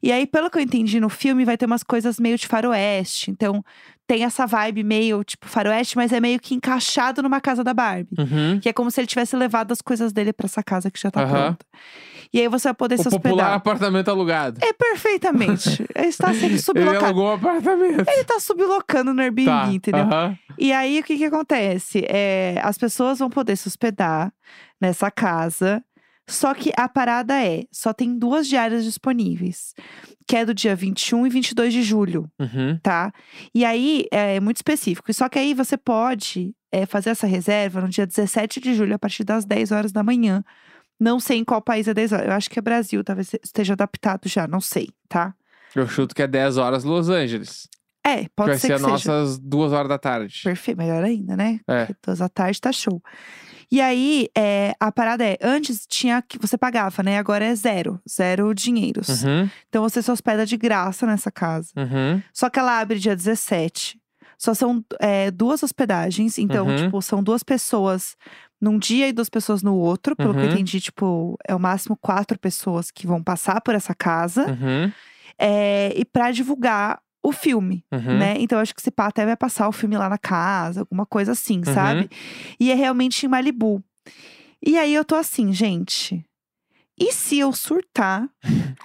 [SPEAKER 1] E aí, pelo que eu entendi no filme, vai ter umas coisas meio de faroeste. Então, tem essa vibe meio, tipo, faroeste, mas é meio que encaixado numa casa da Barbie.
[SPEAKER 2] Uhum.
[SPEAKER 1] Que é como se ele tivesse levado as coisas dele pra essa casa que já tá
[SPEAKER 2] Aham.
[SPEAKER 1] pronta. E aí você vai poder se
[SPEAKER 2] o popular
[SPEAKER 1] hospedar.
[SPEAKER 2] apartamento alugado.
[SPEAKER 1] É perfeitamente. Está sendo
[SPEAKER 2] ele
[SPEAKER 1] sublocado.
[SPEAKER 2] alugou um apartamento.
[SPEAKER 1] Ele tá sublocando no Airbnb,
[SPEAKER 2] tá.
[SPEAKER 1] entendeu?
[SPEAKER 2] aham.
[SPEAKER 1] E aí, o que que acontece? É, as pessoas vão poder se hospedar nessa casa. Só que a parada é, só tem duas diárias disponíveis. Que é do dia 21 e 22 de julho,
[SPEAKER 2] Uhum.
[SPEAKER 1] tá? E aí, é muito específico. Só que aí você pode é, fazer essa reserva no dia 17 de julho, a partir das 10 horas da manhã. Não sei em qual país é 10 horas. Eu acho que é Brasil, talvez esteja adaptado já, não sei, tá?
[SPEAKER 2] Eu chuto que é 10 horas Los Angeles.
[SPEAKER 1] É,
[SPEAKER 2] que
[SPEAKER 1] pode
[SPEAKER 2] vai
[SPEAKER 1] ser
[SPEAKER 2] ser
[SPEAKER 1] que
[SPEAKER 2] as
[SPEAKER 1] seja.
[SPEAKER 2] nossas duas horas da tarde.
[SPEAKER 1] Perfeito, melhor ainda, né?
[SPEAKER 2] É.
[SPEAKER 1] Porque Duas da tarde tá show. E aí, é, a parada é, antes tinha que você pagava, né? Agora é zero, zero dinheiros.
[SPEAKER 2] Uhum.
[SPEAKER 1] Então você se hospeda de graça nessa casa.
[SPEAKER 2] Uhum.
[SPEAKER 1] Só que ela abre dia 17. Só são é, duas hospedagens, então,
[SPEAKER 2] Uhum.
[SPEAKER 1] tipo, são duas pessoas num dia e duas pessoas no outro. Pelo que eu
[SPEAKER 2] Uhum.
[SPEAKER 1] entendi, tipo, é o máximo quatro pessoas que vão passar por essa casa.
[SPEAKER 2] Uhum.
[SPEAKER 1] É, e pra divulgar o filme
[SPEAKER 2] Uhum.
[SPEAKER 1] né? Então acho que esse pá até vai passar o filme lá na casa, alguma coisa assim,
[SPEAKER 2] Uhum.
[SPEAKER 1] sabe? E é realmente em Malibu. E aí eu tô assim, gente. E se eu surtar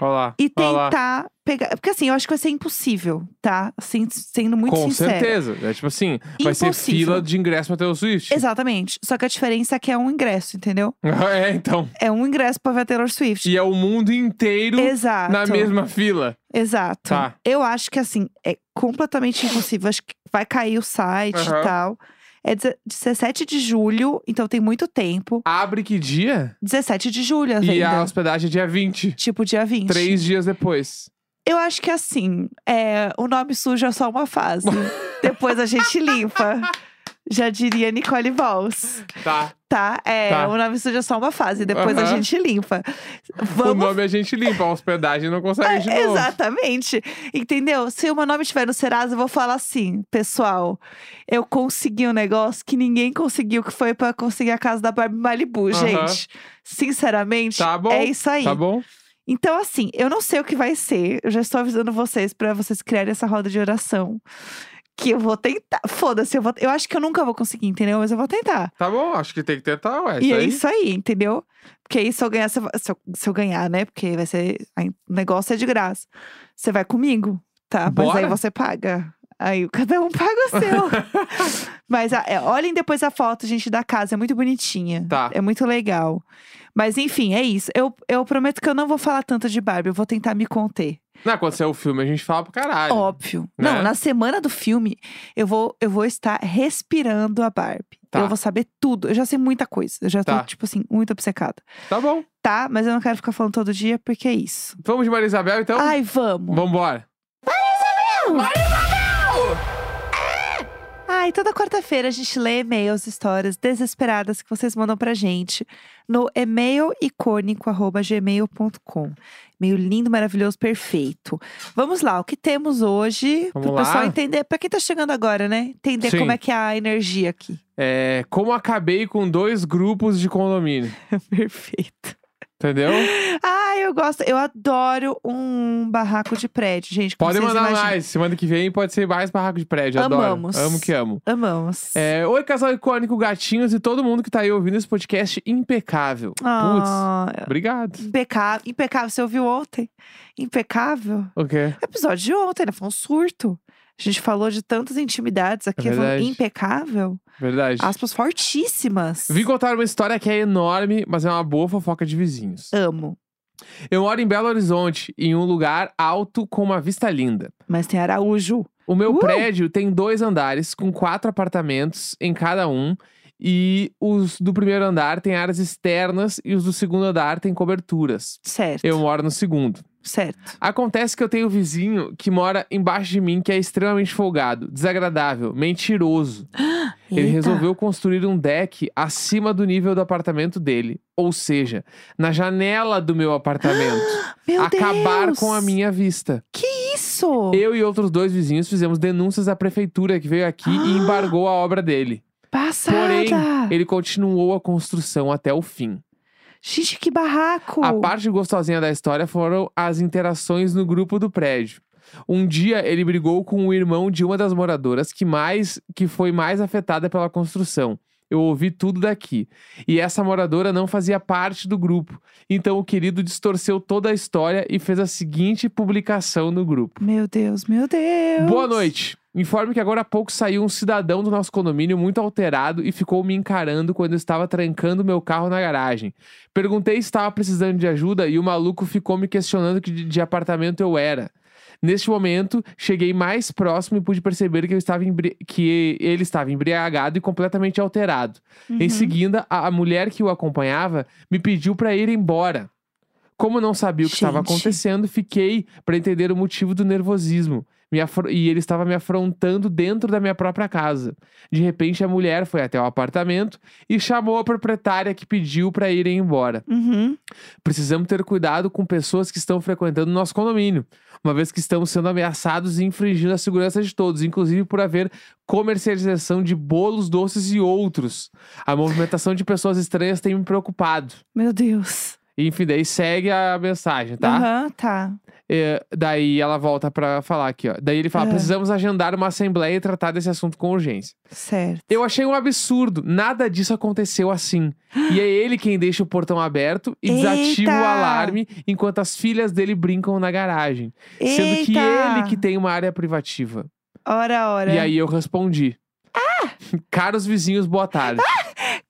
[SPEAKER 2] Olha lá.
[SPEAKER 1] e
[SPEAKER 2] olha lá.
[SPEAKER 1] tentar pegar. Porque assim, eu acho que vai ser impossível, tá? Assim, sendo muito
[SPEAKER 2] Com
[SPEAKER 1] sincera.
[SPEAKER 2] certeza. É tipo assim, vai ser
[SPEAKER 1] Impossível.
[SPEAKER 2] fila de ingresso pra Taylor Swift.
[SPEAKER 1] Exatamente. Só que a diferença é que é um ingresso, entendeu?
[SPEAKER 2] é, então.
[SPEAKER 1] É um ingresso pra ver a Taylor Swift.
[SPEAKER 2] E é o mundo inteiro
[SPEAKER 1] Exato.
[SPEAKER 2] na mesma fila.
[SPEAKER 1] Exato.
[SPEAKER 2] Tá.
[SPEAKER 1] Eu acho que assim, é completamente impossível. Acho que vai cair o site
[SPEAKER 2] Aham.
[SPEAKER 1] e tal. É deze- 17 de julho, então tem muito tempo.
[SPEAKER 2] Abre que dia?
[SPEAKER 1] 17 de julho a
[SPEAKER 2] E a
[SPEAKER 1] venda.
[SPEAKER 2] hospedagem é dia 20.
[SPEAKER 1] Tipo dia 20.
[SPEAKER 2] Três dias depois.
[SPEAKER 1] Eu acho que assim, é, o nome sujo é só uma fase. Depois a gente limpa. Já diria Nicole Valls.
[SPEAKER 2] Tá.
[SPEAKER 1] Tá? É,
[SPEAKER 2] Tá.
[SPEAKER 1] o nome sujo é só uma fase. Depois a
[SPEAKER 2] Aham.
[SPEAKER 1] gente limpa.
[SPEAKER 2] O
[SPEAKER 1] Vamos
[SPEAKER 2] nome a gente limpa, a hospedagem não consegue de
[SPEAKER 1] É,
[SPEAKER 2] novo.
[SPEAKER 1] Exatamente. Entendeu? Se o meu nome estiver no Serasa, eu vou falar assim, pessoal, eu consegui um negócio que ninguém conseguiu, que foi pra conseguir a casa da Barbie Malibu,
[SPEAKER 2] Aham.
[SPEAKER 1] gente. Sinceramente,
[SPEAKER 2] Tá bom.
[SPEAKER 1] é isso aí.
[SPEAKER 2] Tá bom?
[SPEAKER 1] Então, assim, eu não sei o que vai ser. Eu já estou avisando vocês pra vocês criarem essa roda de oração. Que eu vou tentar. Foda-se, eu, vou... eu acho que eu nunca vou conseguir, entendeu? Mas eu vou tentar.
[SPEAKER 2] Tá bom, acho que tem que tentar, ué.
[SPEAKER 1] e
[SPEAKER 2] isso
[SPEAKER 1] é
[SPEAKER 2] aí.
[SPEAKER 1] isso aí, entendeu? Porque aí se eu ganhar, você vai- se eu, se eu ganhar, né? Porque vai ser. aí O negócio é de graça. Você vai comigo, tá? Mas aí
[SPEAKER 2] Bora?
[SPEAKER 1] você paga Aí cada um paga o seu. Mas a- é, olhem depois a foto, gente, da casa. É muito bonitinha.
[SPEAKER 2] Tá.
[SPEAKER 1] É muito legal. Mas enfim, é isso. Eu, eu prometo que eu não vou falar tanto de Barbie. Eu vou tentar me conter.
[SPEAKER 2] Não, quando sair o filme, a gente fala pro caralho.
[SPEAKER 1] Óbvio.
[SPEAKER 2] Né?
[SPEAKER 1] Não, na semana do filme, eu vou, eu vou estar respirando a Barbie.
[SPEAKER 2] Tá.
[SPEAKER 1] Eu vou saber tudo. Eu já sei muita coisa. Eu já
[SPEAKER 2] Tá.
[SPEAKER 1] tô, tipo assim, muito obcecada.
[SPEAKER 2] Tá bom.
[SPEAKER 1] Tá? Mas eu não quero ficar falando todo dia, porque é isso.
[SPEAKER 2] Vamos de Maria Isabel, então?
[SPEAKER 1] Ai, vamos.
[SPEAKER 2] Vambora.
[SPEAKER 1] Ai, toda quarta-feira a gente lê e-mails, histórias desesperadas que vocês mandam pra gente no e-mailicônico.gmail.com. Meio lindo, maravilhoso, perfeito. Vamos lá, o que temos hoje?
[SPEAKER 2] Vamos
[SPEAKER 1] pro
[SPEAKER 2] lá.
[SPEAKER 1] pessoal entender, pra quem tá chegando agora, né? Entender
[SPEAKER 2] Sim.
[SPEAKER 1] como é que é a energia aqui.
[SPEAKER 2] É, como acabei com dois grupos de condomínio.
[SPEAKER 1] perfeito.
[SPEAKER 2] Entendeu?
[SPEAKER 1] Ai, eu gosto, eu adoro um barraco de prédio, gente. como
[SPEAKER 2] Podem
[SPEAKER 1] vocês
[SPEAKER 2] mandar
[SPEAKER 1] imaginam.
[SPEAKER 2] mais. Semana que vem pode ser mais barraco de prédio. Adoro.
[SPEAKER 1] Amamos.
[SPEAKER 2] Amo que amo.
[SPEAKER 1] Amamos.
[SPEAKER 2] É, Oi, casal icônico, gatinhos e todo mundo que tá aí ouvindo esse podcast impecável.
[SPEAKER 1] Ah,
[SPEAKER 2] Putz, obrigado.
[SPEAKER 1] impecável, impecável, você ouviu ontem? Impecável?
[SPEAKER 2] O quê?
[SPEAKER 1] episódio de ontem, né? Foi um surto. A gente falou de tantas intimidades aqui,
[SPEAKER 2] É
[SPEAKER 1] foi
[SPEAKER 2] verdade.
[SPEAKER 1] impecável.
[SPEAKER 2] Verdade.
[SPEAKER 1] Aspas fortíssimas.
[SPEAKER 2] Vim contar uma história que é enorme, mas é uma boa fofoca de vizinhos.
[SPEAKER 1] Amo.
[SPEAKER 2] Eu moro em Belo Horizonte, em um lugar alto com uma vista linda.
[SPEAKER 1] Mas tem Araújo.
[SPEAKER 2] O meu
[SPEAKER 1] Uh!
[SPEAKER 2] prédio tem dois andares, com quatro apartamentos em cada um. E os do primeiro andar têm áreas externas e os do segundo andar têm coberturas.
[SPEAKER 1] Certo.
[SPEAKER 2] Eu moro no segundo.
[SPEAKER 1] Certo.
[SPEAKER 2] Acontece que eu tenho um vizinho que mora embaixo de mim, que é extremamente folgado, desagradável, mentiroso. Ele
[SPEAKER 1] Eita.
[SPEAKER 2] resolveu construir um deck acima do nível do apartamento dele. Ou seja, na janela do meu apartamento.
[SPEAKER 1] Meu
[SPEAKER 2] acabar
[SPEAKER 1] Deus!
[SPEAKER 2] com a minha vista.
[SPEAKER 1] Isso!
[SPEAKER 2] Eu e outros dois vizinhos fizemos denúncias à prefeitura que veio aqui e
[SPEAKER 1] Ah!
[SPEAKER 2] embargou a obra dele.
[SPEAKER 1] Passada!
[SPEAKER 2] Porém, Ele continuou a construção até o fim.
[SPEAKER 1] Gente, que barraco!
[SPEAKER 2] A parte gostosinha da história foram as interações no grupo do prédio. Um dia ele brigou com o irmão de uma das moradoras que mais que foi mais afetada pela construção. Eu ouvi tudo daqui. E essa moradora não fazia parte do grupo. Então o querido distorceu toda a história e fez a seguinte publicação no grupo.
[SPEAKER 1] Meu Deus, meu Deus!
[SPEAKER 2] Boa noite. Informe que agora há pouco saiu um cidadão do nosso condomínio muito alterado e ficou me encarando quando eu estava trancando meu carro na garagem. Perguntei se estava precisando de ajuda e o maluco ficou me questionando que de, de apartamento eu era. Neste momento, cheguei mais próximo e pude perceber que, eu estava embri- que ele estava embriagado e completamente alterado. Em
[SPEAKER 1] Uhum.
[SPEAKER 2] seguida, a, a mulher que o acompanhava me pediu para ir embora. Como não sabia o que estava
[SPEAKER 1] Gente.
[SPEAKER 2] acontecendo, fiquei para entender o motivo do nervosismo. Me afro- E ele estava me afrontando dentro da minha própria casa. De repente, a mulher foi até o apartamento e chamou a proprietária que pediu para irem embora.
[SPEAKER 1] Uhum.
[SPEAKER 2] Precisamos ter cuidado com pessoas que estão frequentando nosso condomínio, uma vez que estamos sendo ameaçados e infringindo a segurança de todos, inclusive por haver comercialização de bolos, doces e outros. A movimentação de pessoas estranhas tem me preocupado.
[SPEAKER 1] Meu Deus.
[SPEAKER 2] Enfim, daí segue a mensagem, tá?
[SPEAKER 1] Aham, tá.
[SPEAKER 2] É, daí ela volta pra falar aqui, ó. Daí ele fala:
[SPEAKER 1] É.
[SPEAKER 2] precisamos agendar uma assembleia e tratar desse assunto com urgência.
[SPEAKER 1] Certo.
[SPEAKER 2] Eu achei um absurdo. Nada disso aconteceu assim. E é ele quem deixa o portão aberto e desativa o
[SPEAKER 1] Eita!
[SPEAKER 2] alarme enquanto as filhas dele brincam na garagem. Sendo que
[SPEAKER 1] Eita!
[SPEAKER 2] ele que tem uma área privativa.
[SPEAKER 1] Ora, ora.
[SPEAKER 2] E aí eu respondi.
[SPEAKER 1] Ah!
[SPEAKER 2] Caros vizinhos, boa tarde.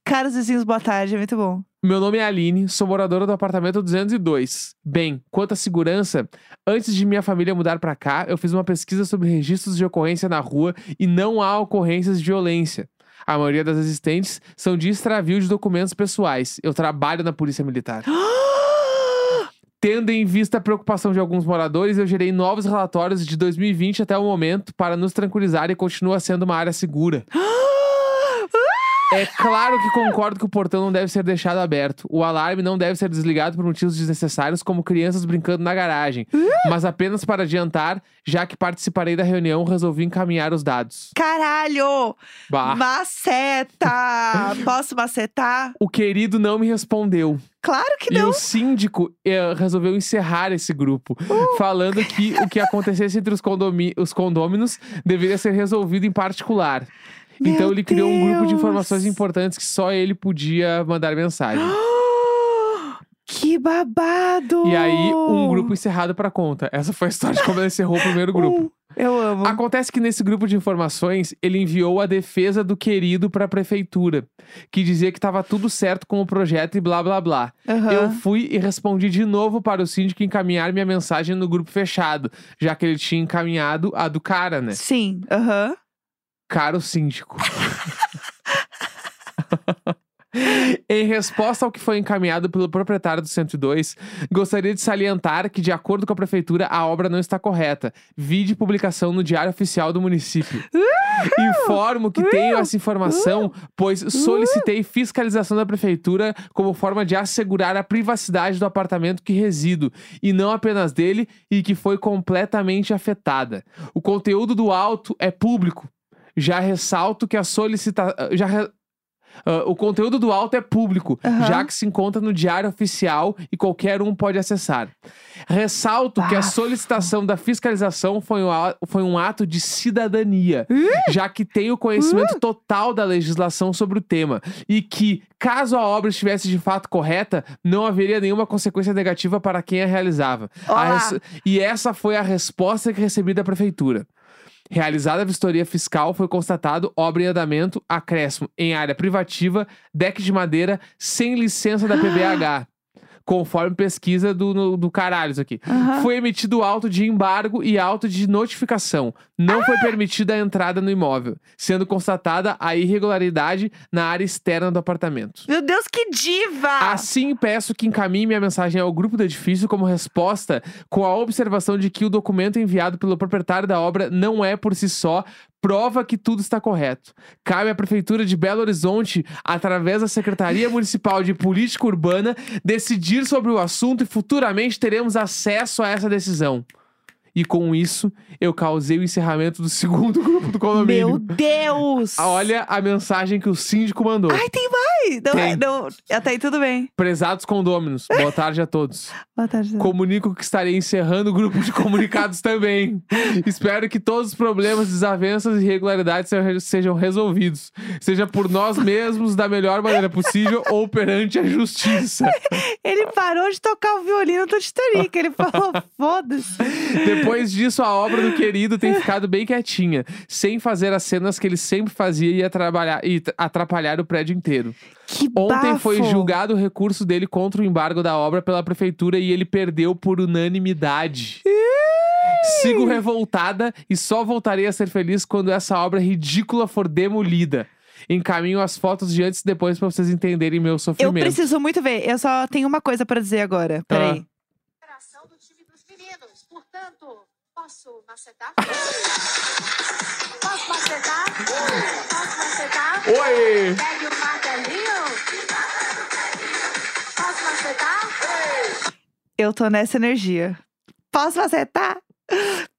[SPEAKER 1] Caros vizinhos, boa tarde. É muito bom.
[SPEAKER 2] Meu nome é Aline, sou moradora do apartamento 202. Bem, quanto à segurança, antes de minha família mudar pra cá, eu fiz uma pesquisa sobre registros de ocorrência na rua e não há ocorrências de violência. A maioria das existentes são de extravio de documentos pessoais. Eu trabalho na Polícia Militar.
[SPEAKER 1] Ah!
[SPEAKER 2] Tendo em vista a preocupação de alguns moradores, eu gerei novos relatórios de 2020 até o momento para nos tranquilizar e continua sendo uma área segura. É claro que concordo que o portão não deve ser deixado aberto. O alarme não deve ser desligado por motivos desnecessários, como crianças brincando na garagem. Mas apenas para adiantar, já que participarei da reunião, resolvi encaminhar os dados.
[SPEAKER 1] Caralho!
[SPEAKER 2] Bah.
[SPEAKER 1] Maceta! Posso macetar?
[SPEAKER 2] O querido não me respondeu.
[SPEAKER 1] Claro que
[SPEAKER 2] E
[SPEAKER 1] não!
[SPEAKER 2] o síndico eh, resolveu encerrar esse grupo,
[SPEAKER 1] Uh.
[SPEAKER 2] falando que o que acontecesse entre os, condomi os condôminos deveria ser resolvido em particular.
[SPEAKER 1] Meu
[SPEAKER 2] então ele criou um grupo de
[SPEAKER 1] Deus.
[SPEAKER 2] informações importantes que só ele podia mandar mensagem.
[SPEAKER 1] Que babado!
[SPEAKER 2] um E aí, um grupo encerrado pra conta. Essa foi a história de como ela encerrou o primeiro grupo.
[SPEAKER 1] Um Eu amo.
[SPEAKER 2] Acontece que nesse grupo de informações, ele enviou a defesa do querido pra prefeitura, que dizia que tava tudo certo com o projeto e blá blá blá.
[SPEAKER 1] Aham.
[SPEAKER 2] Eu fui e respondi de novo para o síndico encaminhar minha mensagem no grupo fechado, já que ele tinha encaminhado a do cara, né?
[SPEAKER 1] Sim, aham.
[SPEAKER 2] Caro síndico. Em resposta ao que foi encaminhado pelo proprietário do 102, gostaria de salientar que, de acordo com a prefeitura, a obra não está correta. Vide publicação no Diário Oficial do município. Informo que tenho essa informação, pois solicitei fiscalização da prefeitura como forma de assegurar a privacidade do apartamento que resido, e não apenas dele, e que foi completamente afetada. O conteúdo do auto é público. Já ressalto que a solicitação. Já re- ah, o conteúdo do auto é público,
[SPEAKER 1] Aham.
[SPEAKER 2] já que se encontra no Diário Oficial e qualquer um pode acessar. Ressalto que a
[SPEAKER 1] Bafo.
[SPEAKER 2] solicitação da fiscalização foi um, a- foi um ato de cidadania, já que tenho conhecimento
[SPEAKER 1] Hum.
[SPEAKER 2] total da legislação sobre o tema e que, caso a obra estivesse de fato correta, não haveria nenhuma consequência negativa para quem a realizava. A
[SPEAKER 1] Olá.
[SPEAKER 2] res- E essa foi a resposta que recebi da prefeitura. Realizada a vistoria fiscal, foi constatado obra em andamento, acréscimo em área privativa, deck de madeira, sem licença da PBH. Conforme pesquisa do, no- do caralho isso aqui.
[SPEAKER 1] Aham.
[SPEAKER 2] Foi emitido auto de embargo e auto de notificação. Não foi permitida a entrada no imóvel, sendo constatada a irregularidade na área externa do apartamento.
[SPEAKER 1] Meu Deus, que diva!
[SPEAKER 2] Assim, peço que encaminhe minha mensagem ao grupo do edifício como resposta com a observação de que o documento enviado pelo proprietário da obra não é, por si só, prova que tudo está correto. Cabe à Prefeitura de Belo Horizonte, através da Secretaria Municipal de Política Urbana, decidir sobre o assunto e futuramente teremos acesso a essa decisão. E com isso, eu causei o encerramento do segundo grupo do condomínio.
[SPEAKER 1] Meu Deus!
[SPEAKER 2] Ah, Olha a mensagem que o síndico mandou.
[SPEAKER 1] Ai, tem mais! Não,
[SPEAKER 2] Tem.
[SPEAKER 1] não, até aí tudo bem.
[SPEAKER 2] Prezados condôminos, boa tarde a todos.
[SPEAKER 1] Boa tarde.
[SPEAKER 2] Comunico que estarei encerrando o grupo de comunicados também. Espero que todos os problemas, desavenças e irregularidades sejam- sejam resolvidos. Seja por nós mesmos, da melhor maneira possível ou perante a justiça.
[SPEAKER 1] Ele parou de tocar o violino do Titanic. Ele falou, foda-se.
[SPEAKER 2] Depois disso, a obra do querido tem ficado bem quietinha, sem fazer as cenas que ele sempre fazia e, atrapalhar, e atrapalhar o prédio inteiro.
[SPEAKER 1] Que
[SPEAKER 2] Ontem
[SPEAKER 1] bafo.
[SPEAKER 2] foi julgado o recurso dele contra o embargo da obra pela prefeitura e ele perdeu por unanimidade. Sigo revoltada e só voltarei a ser feliz quando essa obra ridícula for demolida. Encaminho as fotos de antes e depois pra vocês entenderem meu
[SPEAKER 1] Eu
[SPEAKER 2] sofrimento.
[SPEAKER 1] preciso muito ver. Eu só tenho uma coisa pra dizer
[SPEAKER 2] Ah.
[SPEAKER 1] agora. Peraí.
[SPEAKER 4] recuperação do time dos meninos. Portanto, posso macetar? posso macetar? Posso macetar?
[SPEAKER 2] Oi!
[SPEAKER 4] Pegue o martelinho. Posso macetar?
[SPEAKER 1] Eu tô nessa energia. Posso acertar?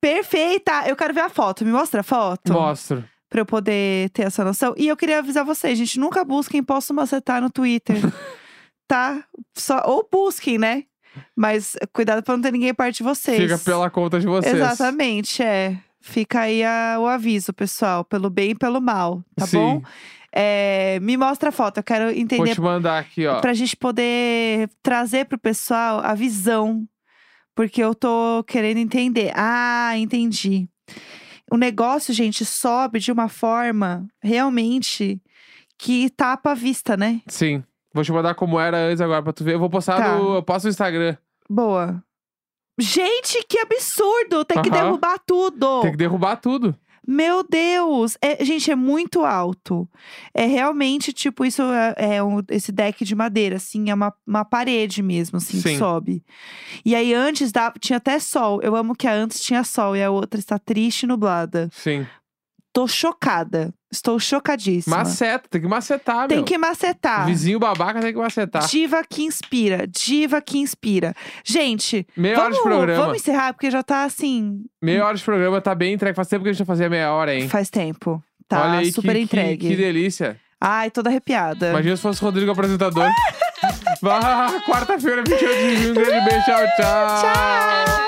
[SPEAKER 1] Perfeita! Eu quero ver a foto. Me mostra a foto.
[SPEAKER 2] Mostro.
[SPEAKER 1] Pra eu poder ter essa noção. E eu queria avisar vocês, gente. Nunca busquem Posso Macetar no Twitter. tá? Só, ou busquem, né? Mas cuidado pra não ter ninguém parte de vocês.
[SPEAKER 2] Fica pela conta de vocês.
[SPEAKER 1] Exatamente, é. Fica aí a- o aviso, pessoal. Pelo bem e pelo mal, tá
[SPEAKER 2] Sim.
[SPEAKER 1] bom? É, me mostra a foto. Eu quero
[SPEAKER 2] Vou
[SPEAKER 1] entender
[SPEAKER 2] te mandar aqui, ó.
[SPEAKER 1] pra gente poder trazer pro pessoal a visão. Porque eu tô querendo entender. Ah, entendi. O negócio, gente, sobe de uma forma realmente que tapa a vista, né?
[SPEAKER 2] Sim. Vou te mandar como era antes agora pra tu ver. Eu vou postar
[SPEAKER 1] Tá.
[SPEAKER 2] no. Eu posto no Instagram.
[SPEAKER 1] Boa. Gente, que absurdo! Tem que
[SPEAKER 2] Aham.
[SPEAKER 1] derrubar tudo!
[SPEAKER 2] Tem que derrubar tudo.
[SPEAKER 1] Meu Deus! É- gente, é muito alto. É realmente, tipo, isso é, é um- esse deck de madeira, assim, é uma, uma parede mesmo, assim, que
[SPEAKER 2] Sim.
[SPEAKER 1] sobe. E aí, antes da, tinha até sol. Eu amo que a antes tinha sol e a outra está triste e nublada.
[SPEAKER 2] Sim.
[SPEAKER 1] Tô chocada. Estou chocadíssima.
[SPEAKER 2] Maceta, tem que macetar,
[SPEAKER 1] Tem
[SPEAKER 2] meu.
[SPEAKER 1] que macetar.
[SPEAKER 2] Vizinho babaca tem que macetar.
[SPEAKER 1] Diva que inspira, diva que inspira. Gente,
[SPEAKER 2] Meia hora de
[SPEAKER 1] vamos,
[SPEAKER 2] programa.
[SPEAKER 1] vamos encerrar, porque já tá assim,
[SPEAKER 2] Meia hora de programa, tá bem entregue. Faz tempo que a gente não fazia meia hora, hein?
[SPEAKER 1] faz tempo. Tá
[SPEAKER 2] Olha aí
[SPEAKER 1] super
[SPEAKER 2] que,
[SPEAKER 1] entregue.
[SPEAKER 2] Que, que delícia.
[SPEAKER 1] Ai, toda arrepiada.
[SPEAKER 2] Imagina se fosse o Rodrigo apresentador. Vá, Quarta-feira, 28 de junho. Um grande beijo, tchau.
[SPEAKER 1] Tchau!